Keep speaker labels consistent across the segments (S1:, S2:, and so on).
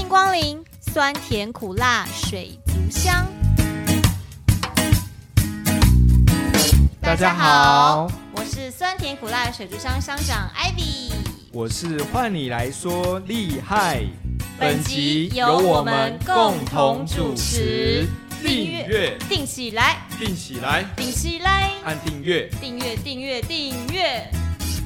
S1: 迎光临，酸甜苦辣水族箱。
S2: 大家好，
S1: 我是酸甜苦辣水族箱箱长 Ivy。
S2: 我是换你来说厉害。
S1: 本集由我们共同主持，
S2: 订阅
S1: 订起来，
S2: 订起来，
S1: 订起来，
S2: 按订阅。
S1: 订阅，订阅，订阅。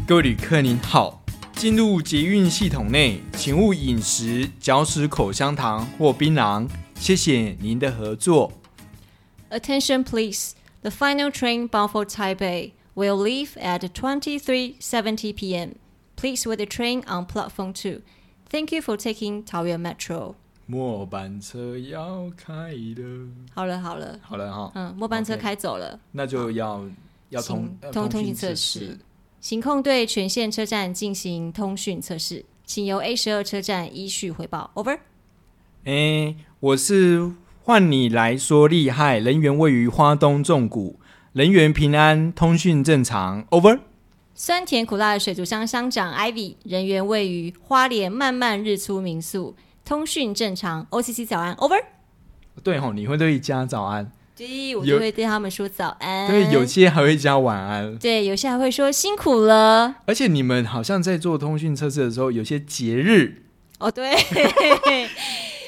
S2: 各位旅客您好，进入捷运系统内，请勿饮食、嚼食口香糖或槟榔，谢谢您的合作。
S1: Attention, please. The final train bound for Taipei will leave at 23:70 p.m. Please wait the train on platform two. Thank you for taking Taoyuan Metro.
S2: 末班车要开了，
S1: 好了好了，
S2: 好了哈，
S1: 嗯，末班车
S2: OK
S1: 开走了。
S2: 那就要要通
S1: 请通通
S2: 讯
S1: 讯测试。行控对全线车站进行通讯测试，请由 A 十二车站依序回报。Over。
S2: 诶，我是换你来说厉害，人员位于花东纵谷，人员平安，通讯正常，over。
S1: 酸甜苦辣的水族箱箱长 Ivy 人员位于花莲漫漫日出民宿，通讯正常。OCC 早安，Over。
S2: 对吼，你会对加早安，
S1: 对，我
S2: 有
S1: 就会对他们说早安。
S2: 对，有些还会加晚安。
S1: 对有些还会说辛苦了。
S2: 而且你们好像在做通讯测试的时候，有些节日，
S1: 哦，对，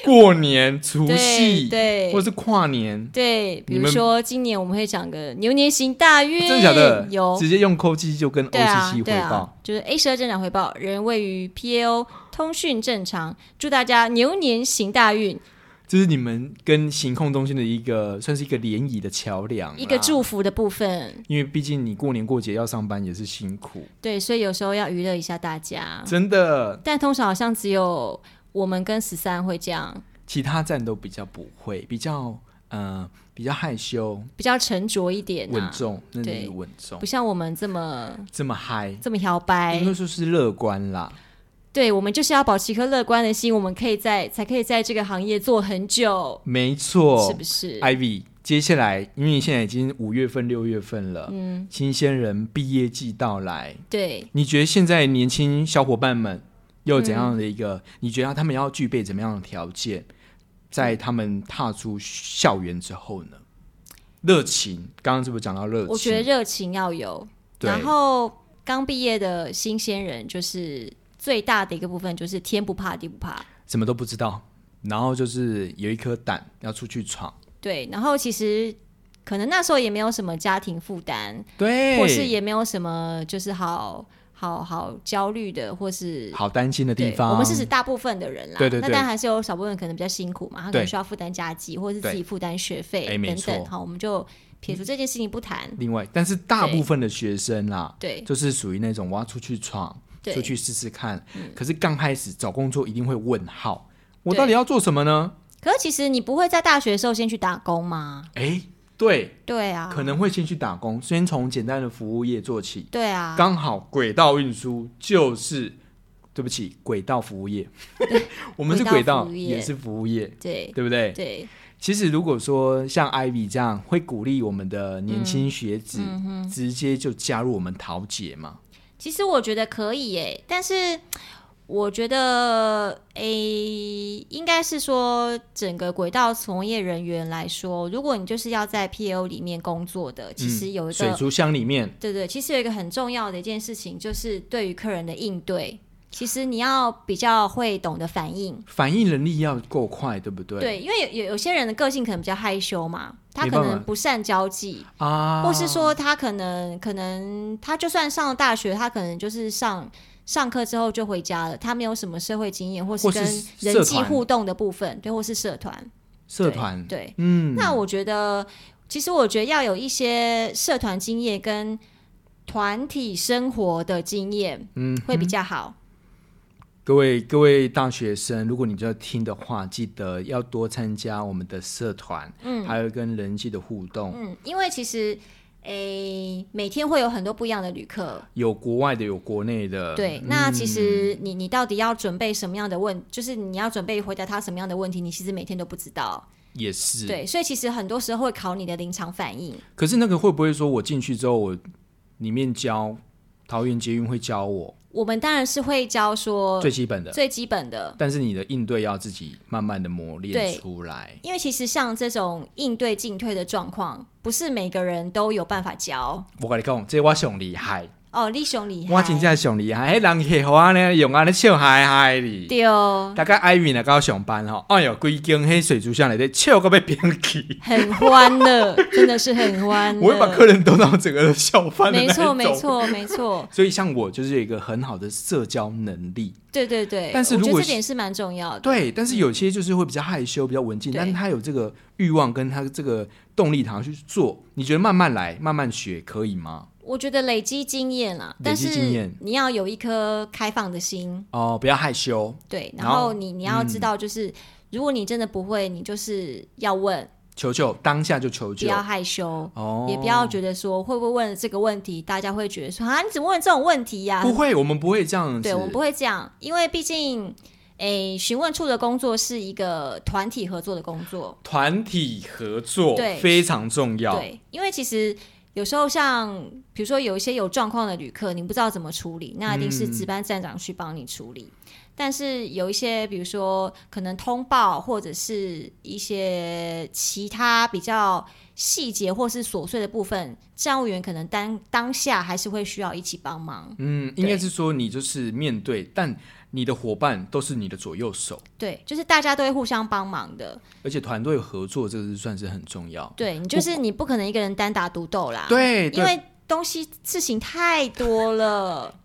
S2: 过年、除
S1: 对
S2: 夕，
S1: 对
S2: 或是跨年，
S1: 对，比
S2: 你
S1: 如
S2: 们
S1: 说今年我们会讲个牛年行大运，
S2: 真的假的？
S1: 有
S2: 直接用扣机就跟 O
S1: 对啊
S2: C C，
S1: 对
S2: 汇
S1: 啊
S2: 报。，
S1: 就是 A 十二正常回报，人位于 PAO 通讯正常，祝大家牛年行大运，
S2: 这是你们跟行控中心的一个，算是一个联谊的桥梁啦，
S1: 一个祝福的部分。
S2: 因为毕竟你过年过节要上班也是辛苦，
S1: 对，所以有时候要娱乐一下大家，
S2: 真的，
S1: 但通常好像只有我们跟十三会这样，
S2: 其他站都比较不会，比较呃比较害羞、
S1: 比较沉着一点、
S2: 稳
S1: 啊，
S2: 重，那
S1: 对
S2: 是稳重
S1: 不，像我们这么
S2: 这么嗨，
S1: 这么摇
S2: 应该
S1: 摆。
S2: 说是乐观啦。
S1: 对，我们就是要保持一颗乐观的心，我们可以在才可以在这个行业做很久，
S2: 没错哎
S1: 是不是？
S2: ，Ivy，接下来因为现在已经五月份、六月份了，嗯，新鲜人毕业季到来，
S1: 对，
S2: 你觉得现在年轻小伙伴们又有怎样的一
S1: 嗯
S2: 个？你觉得他们要具备怎么样的条件，
S1: 嗯
S2: 在他们踏出校园之后呢？热情，刚刚是不是讲到热情？
S1: 我觉得热情要有，
S2: 对
S1: 然后刚毕业的新鲜人就是最大的一个部分，就是天不怕地不怕。
S2: 什么都不知道，然后就是有一颗胆要出去闯，
S1: 对，然后其实可能那时候也没有什么家庭负担，
S2: 对，
S1: 或是也没有什么就是好好好焦虑的，或是
S2: 好担心的地
S1: 对
S2: 方。
S1: 我们是指大部分的人啦，
S2: 对对
S1: 那
S2: 对
S1: 当然还是有少部分可能比较辛苦嘛，他可能
S2: 对
S1: 需要负担家计，或是自己
S2: 对
S1: 负担学费
S2: 哎没
S1: 等等。
S2: 错嗯
S1: 好，我们就撇除这件事情不谈。
S2: 另外，但是大部分的学生啦，
S1: 对
S2: 就是属于那种我要出去闯，
S1: 对
S2: 出去试试看。可是刚开始找工作一定会问号，我到底要做什么呢？
S1: 可是其实你不会在大学的时候先去打工吗？
S2: 哎，对，
S1: 对啊，
S2: 可能会先去打工，先从简单的服务业做起。
S1: 对啊，
S2: 刚好轨道运输就是，对不起，轨道服务 业，我们是
S1: 轨
S2: 轨
S1: 道
S2: 道
S1: 服务业
S2: 也是服务业，
S1: 对
S2: 对不对？
S1: 对
S2: 其实如果说像 Ivy 这样，会鼓励我们的年轻学
S1: 嗯
S2: 子、直接就加入我们桃姐嘛？
S1: 其实我觉得可以耶，但是我觉得诶、应该是说整个轨道从业人员来说，如果你就是要在 PO 里面工作的，其实有一个、
S2: 嗯水族箱里面，
S1: 对对，其实有一个很重要的一件事情，就是对于客人的应对，其实你要比较会懂得反应。
S2: 反应能力要够快，对不对？
S1: 对，因为有有有些人的个性可能比较害羞嘛，他
S2: 没
S1: 可
S2: 办
S1: 能
S2: 法
S1: 不善交际，
S2: 啊，
S1: 或是说他可能可能他就算上了大学，他可能就是上上课之后就回家了，他没有什么社会经验，或是
S2: 或是
S1: 跟
S2: 社
S1: 人际
S2: 团
S1: 互动的部分，对，或是社团
S2: 社团，
S1: 对。对
S2: 嗯，
S1: 那我觉得，其实我觉得要有一些社团经验跟团体生活的经验，嗯，会比较好。
S2: 各位各位大学生，如果你在听的话，记得要多参加我们的社团，嗯，还有跟人际的互动，
S1: 嗯，因为其实诶、每天会有很多不一样的旅客，
S2: 有国外的，有国内的，
S1: 对，
S2: 嗯
S1: 那其实你你到底要准备什么样的问，就是你要准备回答他什么样的问题，你其实每天都不知道。
S2: 也是，
S1: 对，所以其实很多时候会考你的临场反应。
S2: 可是那个会不会说我进去之后，我里面教桃园捷运会教我
S1: 我们当然是会教说
S2: 最基本的，
S1: 最基本的，
S2: 但是你的应对要自己慢慢的磨练
S1: 对
S2: 出来。
S1: 因为其实像这种应对进退的状况，不是每个人都有办法教。
S2: 我跟你讲，这我上厉害，
S1: 哦，你熊厉害，
S2: 我真正上厉害，迄人客户安尼用安尼笑嗨嗨哩。
S1: 对哦，
S2: 大概艾米来到上班吼，哎哟，规间迄水族箱里底笑个被冰去，
S1: 很欢乐，真的是很欢乐。
S2: 我会把客人头脑整个都笑翻的
S1: 没
S2: 那一
S1: 错，
S2: 种
S1: 没。错，没错，
S2: 所以像我就是有一个很好的社交能力，
S1: 对对对。
S2: 但是
S1: 我
S2: 如
S1: 觉
S2: 果
S1: 得
S2: 是
S1: 这点是蛮重要的。
S2: 对，但是有些就是会比较害羞、比较文静，
S1: 对
S2: 但是他有这个欲望跟他这个动力，他去做。你觉得慢慢来、慢慢学可以吗？
S1: 我觉得累积经验啦，
S2: 累
S1: 但
S2: 积经验
S1: 是你要有一颗开放的心，
S2: 哦、不要害羞，
S1: 对，
S2: 然
S1: 然
S2: 后嗯
S1: 后你你要知道，就是、如果你真的不会，你就是要问，
S2: 求救，当下就求
S1: 不
S2: 救
S1: 要害羞。
S2: 哦，
S1: 也不要觉得说会不会问这个问题，大家会觉得说啊，你怎么问这种问题呀、
S2: 不会，我们不会这样子，
S1: 啊对，我们不会这样，因为毕竟，诶，询问处的工作是一个团体合作的工作，
S2: 团体合作
S1: 对
S2: 非常重要。
S1: 对，因为其实有时候像比如说有一些有状况的旅客，你不知道怎么处理，那一定是值班站长去帮你处理。但是有一些，比如说可能通报或者是一些其他比较细节或是琐碎的部分，站务员可能当当下还是会需要一起帮忙。
S2: 嗯，应该是说你就是面对，但你的伙伴都是你的左右手，
S1: 对，就是大家都会互相帮忙的。
S2: 而且团队合作这个是算是很重要。
S1: 对你就是你不可能一个人单打独斗啦，，啊
S2: 对
S1: 因
S2: 对，
S1: 为东西事情太多了，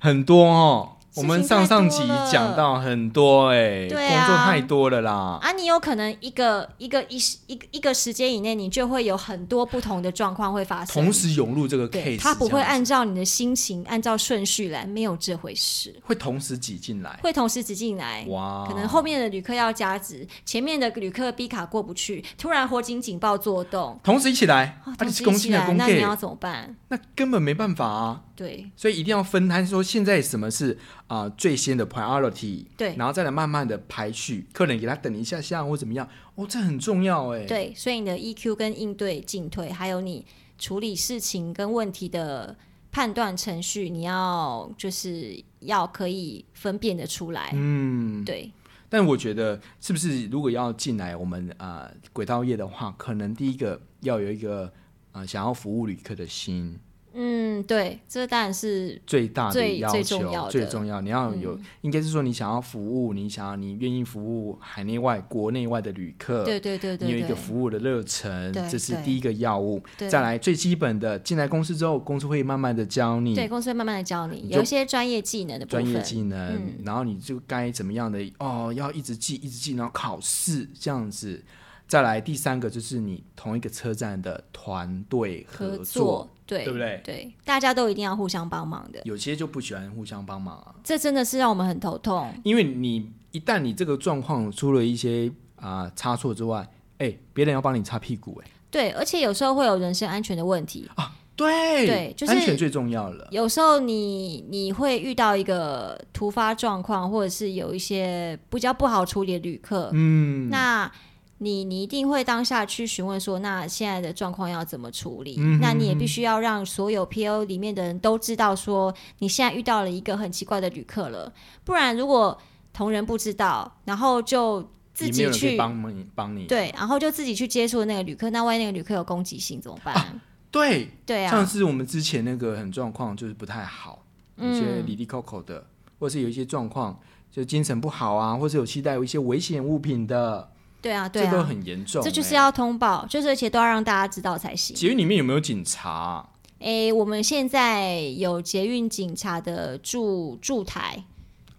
S2: 很多哦。
S1: 事
S2: 我
S1: 情
S2: 们上上集
S1: 太多了
S2: 讲到很多哎、
S1: 对啊
S2: 工作太多了啦。
S1: 啊，你有可能一个一个一时一个一个时间以内，你就会有很多不同的状况会发生。
S2: 同时涌入这个 case，
S1: 对，他不
S2: 这
S1: 会
S2: 样
S1: 按照你的心情、按照顺序来，没有这回事，
S2: 会同时挤进来，
S1: 会同时挤进来。
S2: 哇，
S1: 可能后面的旅客要加值，前面的旅客 B 卡过不去，突然火警警报作动，
S2: 同时一起来，
S1: 哦
S2: 啊，
S1: 同
S2: 你
S1: 时
S2: 是
S1: 一
S2: 公
S1: 起
S2: 斤的
S1: 来，
S2: 公
S1: 那你
S2: K，
S1: 要怎么办？
S2: 那根本没办法啊。
S1: 对
S2: 所以一定要分摊，说现在什么是啊、最先的 priority，
S1: 对
S2: 然后再来慢慢的排序，客人给他等一下下或怎么样，哦，这很重要哎。
S1: 对，所以你的 EQ 跟应对进退，还有你处理事情跟问题的判断程序，你要就是要可以分辨得出来。
S2: 嗯，
S1: 对，
S2: 但我觉得是不是如果要进来我们啊、轨道业的话，可能第一个要有一个啊、想要服务旅客的心，
S1: 嗯，对，这当然是
S2: 最大的
S1: 最
S2: 要求
S1: 最重要的嗯
S2: 最重要你要有，应该是说你想要服务，你想要你愿意服务海内外、国内外的旅客，
S1: 对对对对对，
S2: 你有一个服务的热忱，
S1: 对
S2: 这是
S1: 对
S2: 第一个要务。
S1: 对
S2: 再来最基本的，进来公司之后，公司会慢慢的教
S1: 对
S2: 你
S1: 公司会慢慢的教你，
S2: 你
S1: 有
S2: 就
S1: 一些专业技能的部
S2: 专业
S1: 分。嗯
S2: 技能，然后你就该怎么样的哦，要一直记，一直记，然后考试这样子。再来第三个就是你同一个车站的团队合
S1: 合
S2: 作，
S1: 作，对
S2: 对不对？
S1: 对，大家都一定要互相帮忙的，
S2: 有些就不喜欢互相帮忙啊，
S1: 这真的是让我们很头痛。
S2: 因为你一旦你这个状况出了一些啊、差错之外，哎，别人要帮你擦屁股、哎
S1: 对，而且有时候会有人身安全的问题，
S2: 啊，对
S1: 对就是
S2: 安全最重要了。
S1: 有时候你你会遇到一个突发状况，或者是有一些比较不好处理的旅客，嗯，那你你一定会当下去询问说，那现在的状况要怎么处
S2: 嗯
S1: 理？那你也必须要让所有 PO 里面的人都知道说，你现在遇到了一个很奇怪的旅客了，不然如果同仁不知道，然后就自
S2: 也没有
S1: 己
S2: 人可以
S1: 去。
S2: 帮你帮你。
S1: 对，然后就自己去接触那个旅客，那万一那个旅客有攻击性怎么办？
S2: 对，
S1: 对
S2: 上
S1: 啊，
S2: 次我们之前那个很状况就是不太好，有些
S1: 嗯
S2: 里里扣扣的，或是有一些状况就精神不好啊，或是有携带有一些危险物品的，
S1: 对啊，对
S2: 这
S1: 啊，
S2: 都很严重、
S1: 这就是
S2: 欸。
S1: 要通报，就是而且都要让大家知道才行。
S2: 捷运里面有没有警察啊、
S1: 诶，我们现在有捷运警察的驻驻台，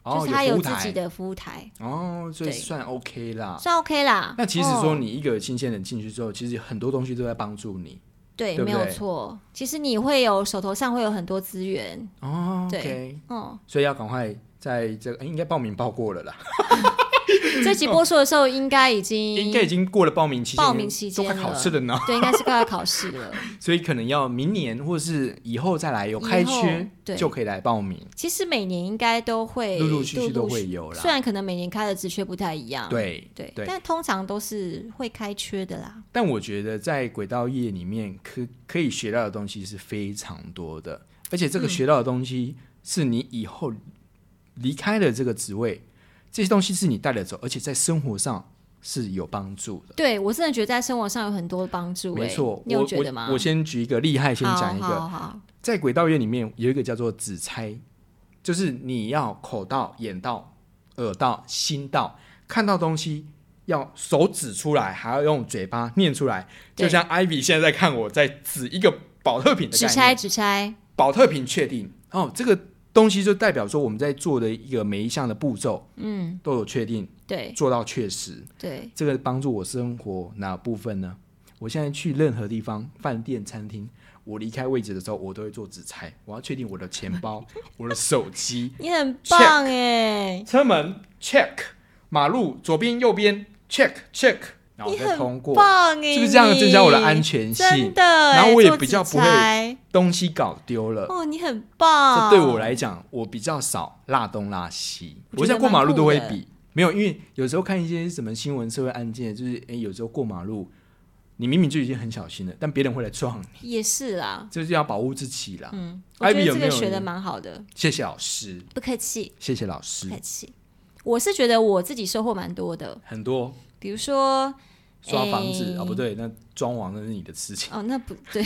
S2: 哦，
S1: 就是他
S2: 有服务
S1: 自己
S2: 台
S1: 的服务台，
S2: 哦，所以
S1: 对
S2: 算 OK 啦。
S1: 算 OK 啦。
S2: 那其实
S1: 哦
S2: 说你一个新鲜人进去之后，其实很多东西都在帮助你。
S1: 对，
S2: 对
S1: 没
S2: 不
S1: 有
S2: 对
S1: 错。其实你会有手头上会有很多资源，
S2: 哦，OK，
S1: 对 哦。
S2: 所以要赶快在这个、哎应该报名报过了啦，
S1: 这集播出的时候应该已经
S2: 应该已经过了报名期间，
S1: 报名期间
S2: 都快考
S1: 了
S2: 试了呢。
S1: 对，应该是快要考试了。
S2: 所以可能要明年或是以后再来有
S1: 以
S2: 开
S1: 后
S2: 缺
S1: 对
S2: 就可以来报名，
S1: 其实每年应该都会
S2: 陆陆续续都
S1: 哎陆
S2: 会有
S1: 虽
S2: 啦。
S1: 然可能每年开的职缺不太一样，
S2: 对，
S1: 对
S2: 对
S1: 但通常都是会开缺的啦。
S2: 但我觉得在轨道业里面可可以学到的东西是非常多的，而且这
S1: 嗯
S2: 个学到的东西是你以后离开了这个职位，这些东西是你带得走，而且在生活上是有帮助的。
S1: 对我真的觉得在生活上有很多帮助、欸。
S2: 没错，
S1: 你
S2: 我
S1: 有觉得吗？
S2: 我我先举一个厉害，先讲一
S1: 好
S2: 个，
S1: 好好
S2: 在轨道乐里面有一个叫做指差，就是你要口到、眼到、耳到、心到，看到东西。要手指出来，还要用嘴巴念出来，
S1: 对
S2: 就像 Ivy 现在在看我在指一个保特瓶的概
S1: 指
S2: 念。
S1: 差指差，
S2: 保特瓶确定哦，这个东西就代表说我们在做的一个每一项的步骤
S1: 嗯，
S2: 都有确定，
S1: 对
S2: 做到确实，
S1: 对，
S2: 这个帮助我生活哪部分呢？我现在去任何地方，饭店、餐厅，我离开位置的时候，我都会做指差，我要确定我的钱 包、我的手机、
S1: 你很
S2: Check
S1: 棒哎、
S2: 车门 check，马路左边、右边 check check，然后我再通过，
S1: 棒哎、
S2: 是不是这样增加我的安
S1: 你
S2: 全性
S1: 真？的欸、
S2: 然后我也
S1: 做
S2: 比
S1: 指
S2: 较不会
S1: 差
S2: 东西搞丢了。
S1: 哦，你很棒。
S2: 这对我来讲，我比较少拉东拉西，
S1: 我觉得
S2: 我现在过马路都会
S1: 蛮酷
S2: 比没有，因为有时候看一些什么新闻、社会案件，就是诶，有时候过马路，你明明就已经很小心了，但别人会来撞你，
S1: 也是啦，
S2: 就是要保护自己啦。
S1: 嗯，我觉
S2: Ivy
S1: 得
S2: 有
S1: 这
S2: 没有
S1: 个学的
S2: 人
S1: 蛮好的，
S2: 谢谢老师，
S1: 不客气，
S2: 谢谢老
S1: 不
S2: 师
S1: 客，气。我是觉得我自己收获蛮多的，
S2: 很多
S1: 比如说
S2: 刷房子
S1: 哎
S2: 啊、哦不对，那装潢那是你的事情。
S1: 哦，那不 对，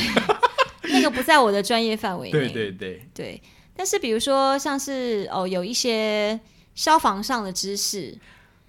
S1: 那个不在我的专业范围内。
S2: 对对对，
S1: 对但是比如说像是哦，有一些消防上的知识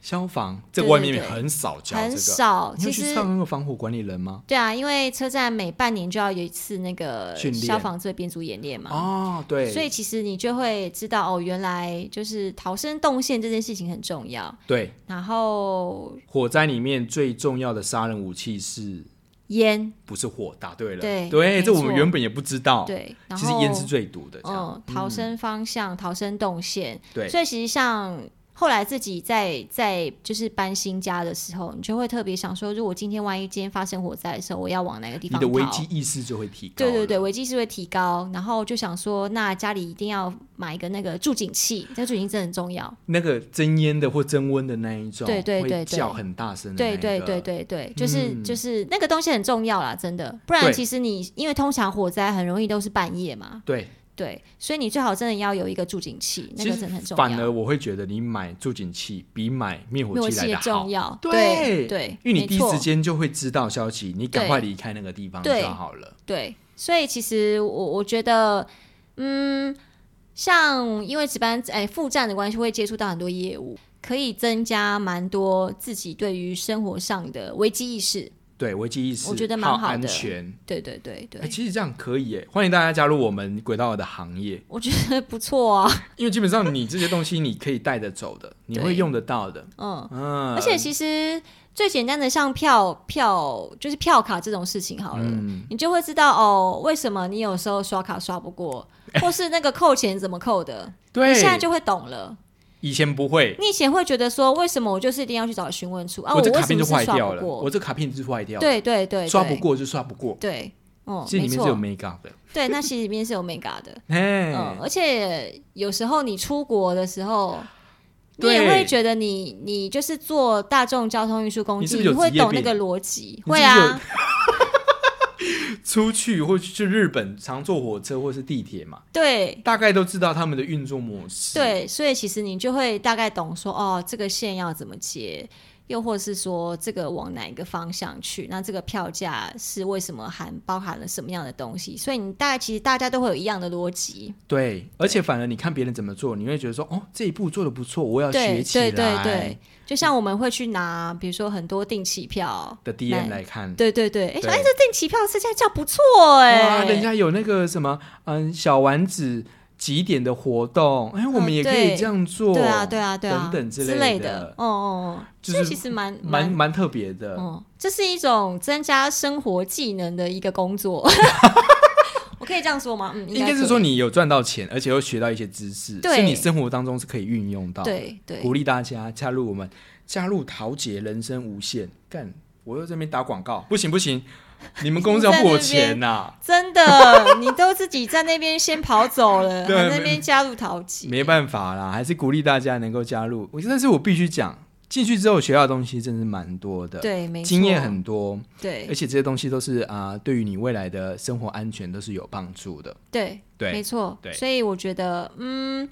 S2: 消防这
S1: 对
S2: 外面
S1: 对对
S2: 很少教这
S1: 很
S2: 个，
S1: 少，
S2: 你有
S1: 其
S2: 去
S1: 实
S2: 上那个防火管理人吗？
S1: 对啊，因为车站每半年就要有一次那个
S2: 训练
S1: 消防队编组演练嘛。
S2: 哦，对，
S1: 嗯所以其实你就会知道哦，原来就是逃生动线这件事情很重要。
S2: 对，
S1: 然后
S2: 火灾里面最重要的杀人武器是
S1: 烟，
S2: 不是火，答对了。
S1: 对没
S2: 这我们
S1: 错
S2: 原本也不知道。，
S1: 对，然
S2: 其
S1: 后
S2: 实烟是最毒的。这样，
S1: 嗯，逃生方向、逃生动线，
S2: 对
S1: 所以其实像后来自己在在就是搬新家的时候，你就会特别想说，如果今天万一今天发生火灾的时候，我要往哪个地
S2: 你
S1: 方
S2: 的危
S1: 逃
S2: 机？意识就会提高。
S1: 对对对，，危机是会提高，然后就想说，那家里一定要买一个那个助警器，这助警器真的很重要。
S2: 那个增烟的或增温的那一种，
S1: 对对对
S2: 会
S1: 对
S2: 叫很大声的那
S1: 对
S2: 一个。
S1: 对对对对，就是、
S2: 嗯
S1: 就是那个东西很重要啦，真的，不然
S2: 对
S1: 其实你因为通常火灾很容易都是半夜嘛，
S2: 对
S1: 对，所以你最好真的要有一个助警器，那
S2: 其
S1: 个
S2: 实
S1: 真的很重要。
S2: 反而我会觉得你买助警器比买灭火
S1: 灭火
S2: 器来
S1: 器也
S2: 的好
S1: 重。要，
S2: 对
S1: 对，
S2: 因
S1: 没
S2: 为你第一
S1: 错
S2: 时间就会知道消息，你赶
S1: 对
S2: 快离开那个地方
S1: 对
S2: 就好了。
S1: 对，所以其实我我觉得，嗯，像因为值班哎副站的关系，会接触到很多业务，可以增加蛮多自己对于生活上的危机意识。
S2: 对，危机意识，
S1: 我觉得蛮好
S2: 还有安
S1: 的
S2: 全。
S1: 对对对对，
S2: 哎，其实这样可以耶，欢迎大家加入我们轨道的行业。
S1: 我觉得不错啊，
S2: 因为基本上你这些东西你可以带着走 的，你会用得到的，
S1: 嗯，
S2: 嗯，
S1: 而且其实最简单的像票票就是票卡这种事情好了。
S2: 嗯，
S1: 你就会知道哦，为什么你有时候刷卡刷不过，或是那个扣钱怎么扣的，
S2: 哎 对，
S1: 你现在就会懂了。
S2: 以前不会，
S1: 你以前会觉得说，为什么我就是一定要去找询问处啊？
S2: 我这
S1: 为
S2: 卡
S1: 什
S2: 片
S1: 么
S2: 就是坏
S1: 刷
S2: 掉
S1: 不
S2: 了，
S1: 过？
S2: 我这卡片就是坏掉了，
S1: 对对对，对
S2: 刷不。过就刷不过，
S1: 对，哦、
S2: 这
S1: 没
S2: 里面是
S1: 错，
S2: 有 mega 的，
S1: 对，那其实里面是有 mega 的。
S2: 哎、
S1: 嗯，而且有时候你出国的时候，你
S2: 对
S1: 也会觉得你你就是坐大众交通运输工
S2: 你
S1: 具，
S2: 是不
S1: 你
S2: 是有
S1: 会
S2: 职业
S1: 懂那
S2: 病
S1: 个逻辑，
S2: 不
S1: 会
S2: 是有
S1: 啊，
S2: 出去或去日本常坐火车或是地铁嘛，
S1: 对
S2: 大概都知道他们的运作模式，，
S1: 对，所以其实你就会大概懂说，哦，这个线要怎么接。又或是说这个往哪一个方向去？那这个票价是为什么含包含了什么样的东西？所以你大概其实大家都会有一样的逻辑，
S2: 对，而且反而你看别人怎么做，你会觉得说，哦，这一步做的不错，我要
S1: 对
S2: 学起来
S1: 对对对，就像我们会去拿，比如说很多定期票
S2: 的 DM 来看，
S1: 对对对，哎、
S2: 嗯对
S1: 哎，这定期票这家叫不错哎、
S2: 哇，人家有那个什么，嗯，小丸子几点的活动，哎，我们也可以
S1: 对
S2: 这样做，
S1: 哦对啊对啊对啊，
S2: 等等之
S1: 之
S2: 类的
S1: 的，哦哦，哦
S2: 就
S1: 所以
S2: 是
S1: 其实蛮
S2: 蛮。蛮特别的。
S1: 哦，这是一种增加生活技能的一个工作， 我可以这样说吗？嗯，
S2: 应该
S1: 可
S2: 是
S1: 以
S2: 说你有赚到钱，而且又学到一些知识，
S1: 对
S2: 是你生活当中是可以运用到的。
S1: 对对
S2: 鼓励大家加入我们，加入桃姐人生无限。干，我又这边打广告，不行不行，你们公司要付我钱呐、
S1: 真的， 你都自己在那边先跑走了，
S2: 对
S1: 还在那边加入淘气，
S2: 没办法啦，还是鼓励大家能够加入。我但是我必须讲，进去之后学到的东西真是蛮多的，，
S1: 对，没错，
S2: 经验很多，而
S1: 对
S2: 且这些东西都是啊、对于你未来的生活安全都是有帮助的。
S1: 对，没
S2: 对，
S1: 错
S2: 对。
S1: 所以我觉得，嗯，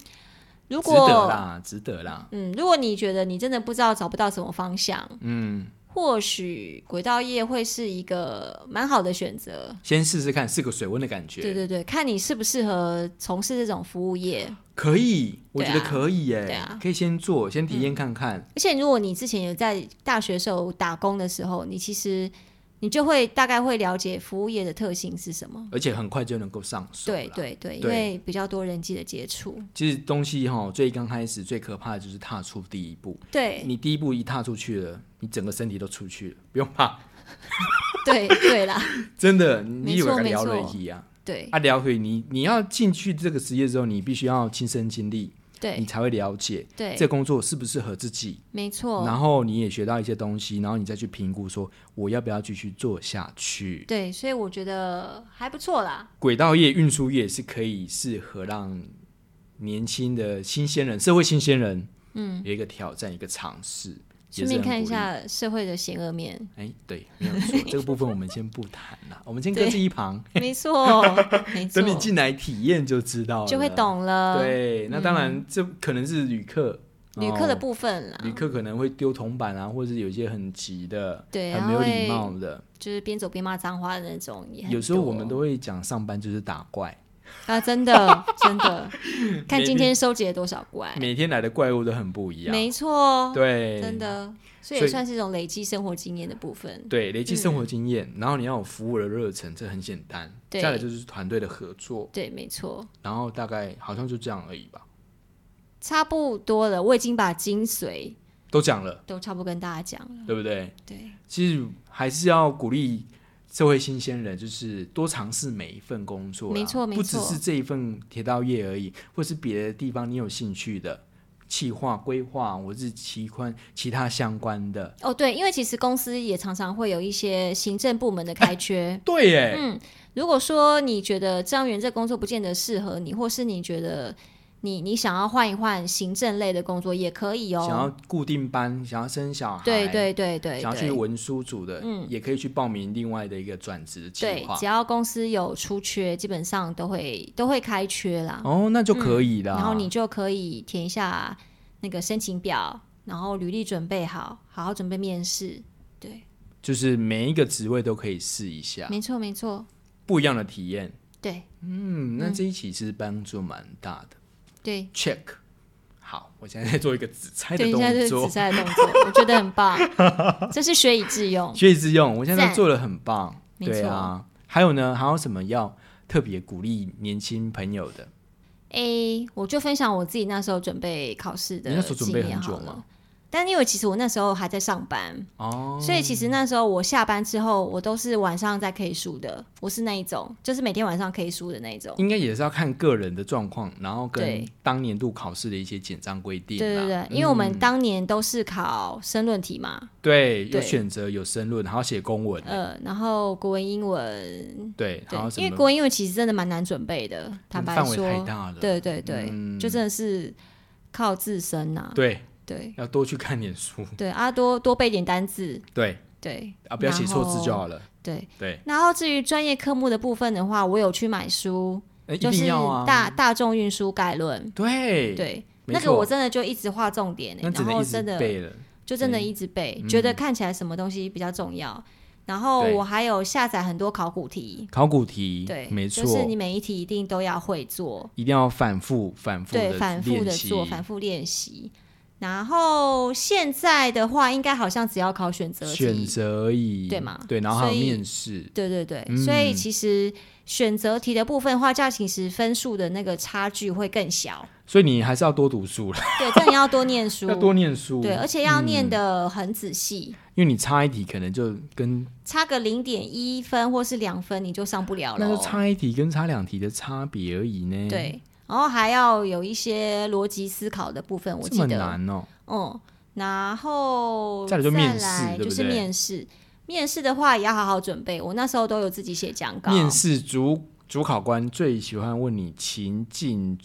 S1: 如
S2: 值得
S1: 果
S2: 啦，值得啦。
S1: 嗯，如果你觉得你真的不知道找不到什么方向，
S2: 嗯，
S1: 或许轨道业会是一个蛮好的选择。
S2: 先试试看，试个水温的感觉。
S1: 对对对，看你适不适合从事这种服务业。
S2: 可以，我
S1: 对啊
S2: 觉得可以耶、
S1: 对啊嗯
S2: 可以先做，先体验看看。
S1: 而且，如果你之前有在大学时候打工的时候，你其实你就会大概会了解服务业的特性是什么。
S2: 而且很快就能够上手。
S1: 对，对对，因
S2: 对
S1: 为比较多人际的接触。
S2: 其实东西哈，最刚开始最可怕的就是踏出第一步。
S1: 对
S2: 你第一步一踏出去了，你整个身体都出去了，不用怕，
S1: 对对啦，
S2: 真的。你
S1: 没
S2: 以
S1: 错
S2: 为跟聊
S1: 没
S2: 了
S1: 错
S2: 一样，
S1: 对
S2: 啊，聊回你，你要进去这个职业之后，你必须要亲身经历， 你
S1: 对
S2: 才会了解
S1: 对，
S2: 这工作适不适合自己。
S1: 没错。
S2: 然后你也学到一些东西，然后你再去评估说我要不要继续做下去。
S1: 对，所以我觉得还不错啦。
S2: 轨道业、运输业是可以适合让年轻的新鲜人、社会新鲜人，嗯，有一个挑战、一个尝试。也
S1: 顺便
S2: 是很
S1: 看一
S2: 鼓励，
S1: 下社会的险恶面。
S2: 哎，对，没有 错，这个部分我们先不谈了，我们先搁置一旁，
S1: 没 错，没错
S2: 等，你进来体验就知道了，
S1: 就会。懂了。嗯
S2: 对，那当然，这可能是旅客，
S1: 旅客的啊
S2: 哦
S1: 部分啦，
S2: 旅客可能会丢铜板啊，或者是有一些很急的，
S1: 对
S2: 很
S1: 然
S2: 没有
S1: 后
S2: 礼
S1: 会
S2: 貌的。
S1: 就是边走边骂脏话的那种也很多。
S2: 有时候我们都会讲，上班就是打怪，
S1: 啊，真的真 的，看今天收集了多少啊怪，
S2: 每天来的怪物都很不一样。
S1: 哎没错，
S2: 对，
S1: 真的，所以
S2: 所
S1: 也
S2: 以
S1: 算是一种累积生活经验的部分。
S2: 对，累积生活经验，然后你要有服务的热忱，这很简单。
S1: 嗯对
S2: 再来就是团队的合作，
S1: 对，没错，
S2: 然后大概好像就这样而已吧，
S1: 差不多了，我已经把精髓
S2: 都讲了，
S1: 都差不多跟大家讲了。
S2: 对不对？
S1: 对，
S2: 其实还是要鼓励社会新鲜人，就是多尝试每一份工作啦，
S1: 没错没
S2: 不只
S1: 错
S2: 是这一份铁道业而已，或是别的地方你有兴趣的。企划规划，或是其宽其他相关的，
S1: 哦对，因为其实公司也常常会有一些行政部门的开缺。
S2: 对耶，
S1: 嗯，如果说你觉得张元这工作不见得适合你，或是你觉得你你想要换一换行政类的工作，也可以
S2: 想要
S1: 哦。
S2: 固定班，想要生小孩，
S1: 对对对对嗯
S2: 想要去
S1: 对，
S2: 文书组的，也可以去报名另外的一个转职计
S1: 对，
S2: 划
S1: 只。要公司有出缺，基本上都会都会开缺啦。
S2: 哦，那就可以啦。
S1: 嗯然后你就可以填一下那个申请表，然后履历准备好，好好准备面试。对，
S2: 就是每一个职位都可以试一下，
S1: 没错没错，
S2: 不一样的体验。
S1: 对
S2: 嗯，那这一期其实帮助蛮大的。
S1: 对。
S2: Check，好，我现在在做一个 指猜的
S1: 对，现在
S2: 动
S1: 是紫
S2: 作，
S1: 菜的动作，我觉得很棒，这是学以致用。
S2: 学以致用。我现在
S1: 赞
S2: 做的很棒，
S1: 没
S2: 对啊。还有呢，还有什么要特别鼓励年轻朋友的？
S1: 诶，我就分享我自己那时候准备考试的
S2: 你那时候准备
S1: 经验
S2: 很久
S1: 好了
S2: 吗
S1: 但因为其实我那时候还在上班，
S2: 哦，
S1: 所以其实那时候我下班之后，我都是晚上在 K 书的，我是那一种，就是每天晚上 K 书的那一种。
S2: 应该也是要看个人的状况，然后跟
S1: 对
S2: 当年度考试的一些简章规定
S1: 对
S2: 啦。嗯
S1: 对对，因为我们当年都是考申论题嘛，
S2: 对有
S1: 对
S2: 选择，有申论，然后写公文，
S1: 呃，然后国文、英文，
S2: 对，然后
S1: 嗯对，
S2: 什
S1: 因为
S2: 么嗯
S1: 国文、英文其实真的蛮难准备的，坦白
S2: 范围太
S1: 说，
S2: 大了，嗯
S1: 对对对，就真的是靠自身呐、
S2: 对，
S1: 对
S2: 要多去看点书，
S1: 对，啊，多多背点单字，
S2: 对
S1: 对
S2: 啊，不要写错字就好了，
S1: 对。
S2: 对，
S1: 然后至于专业科目的部分的话，我有去买书，
S2: 哎一
S1: 就
S2: 定
S1: 是
S2: 要啊，
S1: 大大众运输概论，
S2: 对，
S1: 对，
S2: 没
S1: 那个
S2: 错
S1: 我真的就一直画重点、欸，
S2: 那只
S1: 然
S2: 能
S1: 后
S2: 一直
S1: 真的
S2: 背了，嗯
S1: 就真的一直背，觉得看起来什么东西比较重要。然后
S2: 对
S1: 我还有下载很多考古题，
S2: 考古题，
S1: 对，
S2: 没错
S1: 就，是你每一题一定都要会做，
S2: 一定要反复、反复
S1: 对，反复
S2: 练
S1: 的
S2: 习，
S1: 做，反复练习。然后现在的话，应该好像只要考选择
S2: 选
S1: 题，
S2: 择而已，
S1: 对嘛
S2: 对，然后还有
S1: 所以
S2: 面试，
S1: 对对对，
S2: 嗯
S1: 所以其实选择题的部分的话，这样其实分数的那个差距会更小。
S2: 所以你还是要多读书了，
S1: 对，这样你要多念书
S2: 要，多嗯念书，
S1: 对，而且要念的很仔细，
S2: 因为你差一题可能就跟
S1: 差个零点一分或是两分你就上不了了
S2: 那
S1: 哦、
S2: 就差欸一题跟差两题的差别而已呢，，
S1: 对，然后还要有一些逻辑思考的部分，我
S2: 这
S1: 记
S2: 么
S1: 得，
S2: 难哦，
S1: 嗯，然后
S2: 再来就面试
S1: 来
S2: 对
S1: 就
S2: 不
S1: 是
S2: 对
S1: 面试。面试的话也要好好准备，我那时候都有自己写讲稿。
S2: 面试主主考官最喜欢问你情境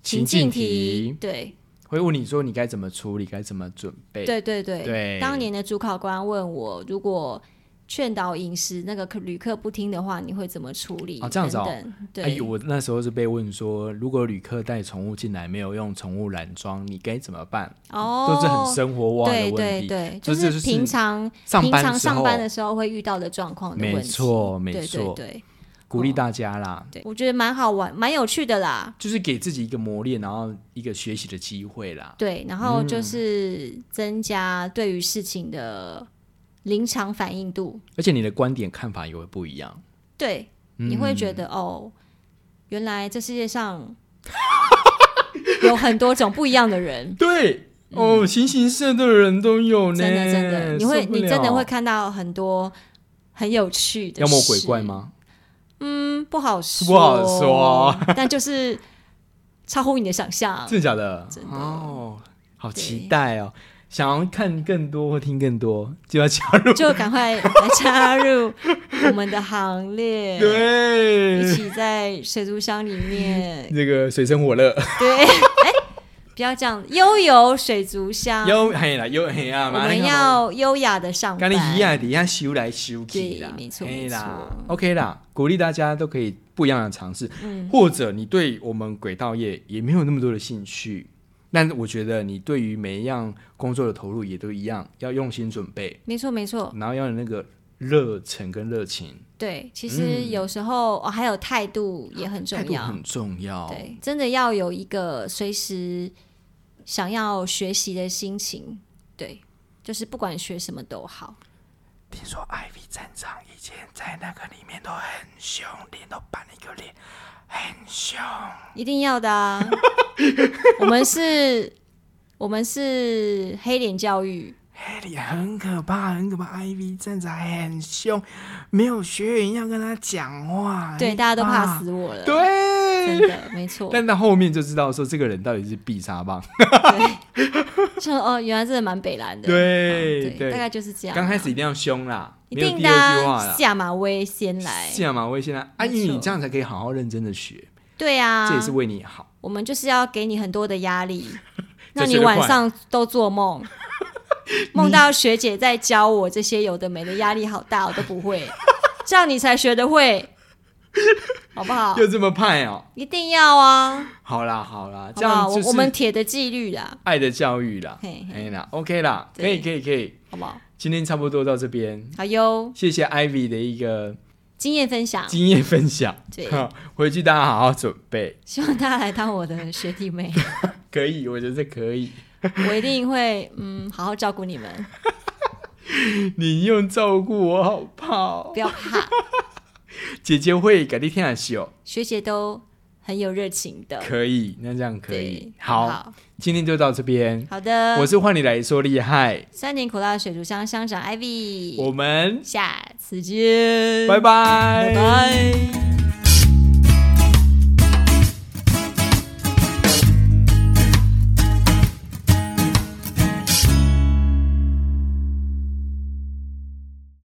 S1: 情
S2: 境
S1: 境题，对，
S2: 会问你说你该怎么处理，该怎么准备。
S1: 对对对，
S2: 对
S1: 当年的主考官问我，如果劝导饮食那个客旅客不听的话，你会怎么处理？
S2: 哦这样子哦
S1: 等等对、
S2: 哎呦，我那时候是被问说，如果旅客带宠物进来没有用宠物篮装，你该怎么办？
S1: 哦，
S2: 都是很生活化的
S1: 对
S2: 问题。
S1: 对对，就
S2: 就
S1: 是是
S2: 就是
S1: 平常
S2: 上
S1: 平
S2: 班的
S1: 常
S2: 时候
S1: 上，班的时候会遇到的状况的问题。
S2: 没错没错
S1: 对对嗯对
S2: 鼓励大家啦，
S1: 对，我觉得蛮好玩，蛮有趣的啦。
S2: 就是给自己一个磨练，然后一个学习的机会啦。
S1: 对，然后
S2: 嗯
S1: 就是增加对于事情的临场反应度，
S2: 而且你的观点看法也会不一样。
S1: 对，你会觉
S2: 嗯
S1: 得、哦，原来这世界上有很多种不一样的 人。
S2: 对，哦，形形色色的人都有哦呢，
S1: 真的真的，你会
S2: 受不了
S1: 你真的会看到很多很有趣的
S2: 妖魔鬼
S1: 事
S2: 怪？吗？
S1: 嗯，不好说，
S2: 不好说，
S1: 但就是超乎你的想象。
S2: 真的假的？
S1: 啊真的
S2: 哦，好
S1: 对
S2: 期待哦！想要看更多或听更多， 就要加入。
S1: 就赶快来加入我们的行列，一
S2: 对，
S1: 起在水族箱里面，
S2: 这个水深火热，
S1: 对，哎、不要这样，悠游水族箱，
S2: 又嘿啦，又嘿啊，
S1: 啊我
S2: 嘛
S1: 们要优雅的上
S2: 跟
S1: 班
S2: 你，一样，啊底下修来修去啦，
S1: 对没错
S2: 嘿
S1: 没
S2: 啦
S1: 错
S2: ，OK 啦，鼓励大家都可以不一样的尝试，
S1: 嗯
S2: 或者你对我们轨道业也没有那么多的兴趣，但我觉得你对于每一样工作的投入也都一样，要用心准备，
S1: 没错没错，
S2: 然后要有那个热忱跟热情，
S1: 对，其实有时候、哦，还有态度也很重
S2: 嗯态度
S1: 要，
S2: 很重要，
S1: 对，真的要有一个随时想要学习的心情，对，就是不管学什么都好。
S2: 听说艾薇站长以前在那个里面都很凶，脸都板了一个脸，很凶。
S1: 一定要的 啊！我们是，我们是黑脸教育，
S2: 黑脸哎很可怕，很可怕。艾薇站长很凶，没有学员要跟他讲话，
S1: 对，
S2: 很
S1: 大家都怕。死我了，，真
S2: 哎啊对，
S1: 的没错。
S2: 但到后面就知道说这个人到底是必杀棒。
S1: 对， 就哦，原来真的蛮北蓝的，
S2: 对
S1: 嗯
S2: 对
S1: 对，大概就是这样啊。
S2: 刚开始一定要凶啦，
S1: 一
S2: 没有
S1: 定
S2: 第
S1: 的
S2: 二句话
S1: 啊
S2: 啦。
S1: 下马威先来，
S2: 是啊嘛，微信啊，啊，
S1: 没错
S2: 因为你这样才可以好好认真的学，
S1: 对啊
S2: 这，也是为你好。
S1: 我们就是要给你很多的压 力，
S2: 这
S1: 让
S2: 学
S1: 你
S2: 得
S1: 晚
S2: 快
S1: 上都做梦，梦到学姐在教我这些有的没的，压力好大，我都不 会，这样你才学得会，好不好？
S2: 又这么派哦，
S1: 一定要啊，
S2: 好啦好啦，
S1: 好
S2: 这
S1: 不好？
S2: 样
S1: 我
S2: 就是
S1: 我们铁的纪律啦，
S2: 爱的教育啦，
S1: 嘿嘿
S2: 哎啦，OK 啦，可以可以可以，
S1: 好不好？
S2: 今天差不多到这边，
S1: 好哟，
S2: 谢谢 Ivy 的一个
S1: 经验分享，
S2: 经验分享，
S1: 对
S2: 哈，回去大家好好准备，
S1: 希望大家来当我的学弟 妹，
S2: 可以，我觉得可以，
S1: 我一定会嗯好好照顾你们，
S2: 你用照顾我好怕哦、
S1: 不要怕，
S2: 姐姐会给你听下秀，
S1: 学姐都很有热情的，
S2: 可以，那这样可以
S1: 对，
S2: 好，
S1: 好
S2: 今天就到这边，
S1: 好的，
S2: 我是换你来说厉害，
S1: 三年苦辣水族箱乡长 Ivy，
S2: 我们
S1: 下次见，
S2: 拜拜
S1: 拜拜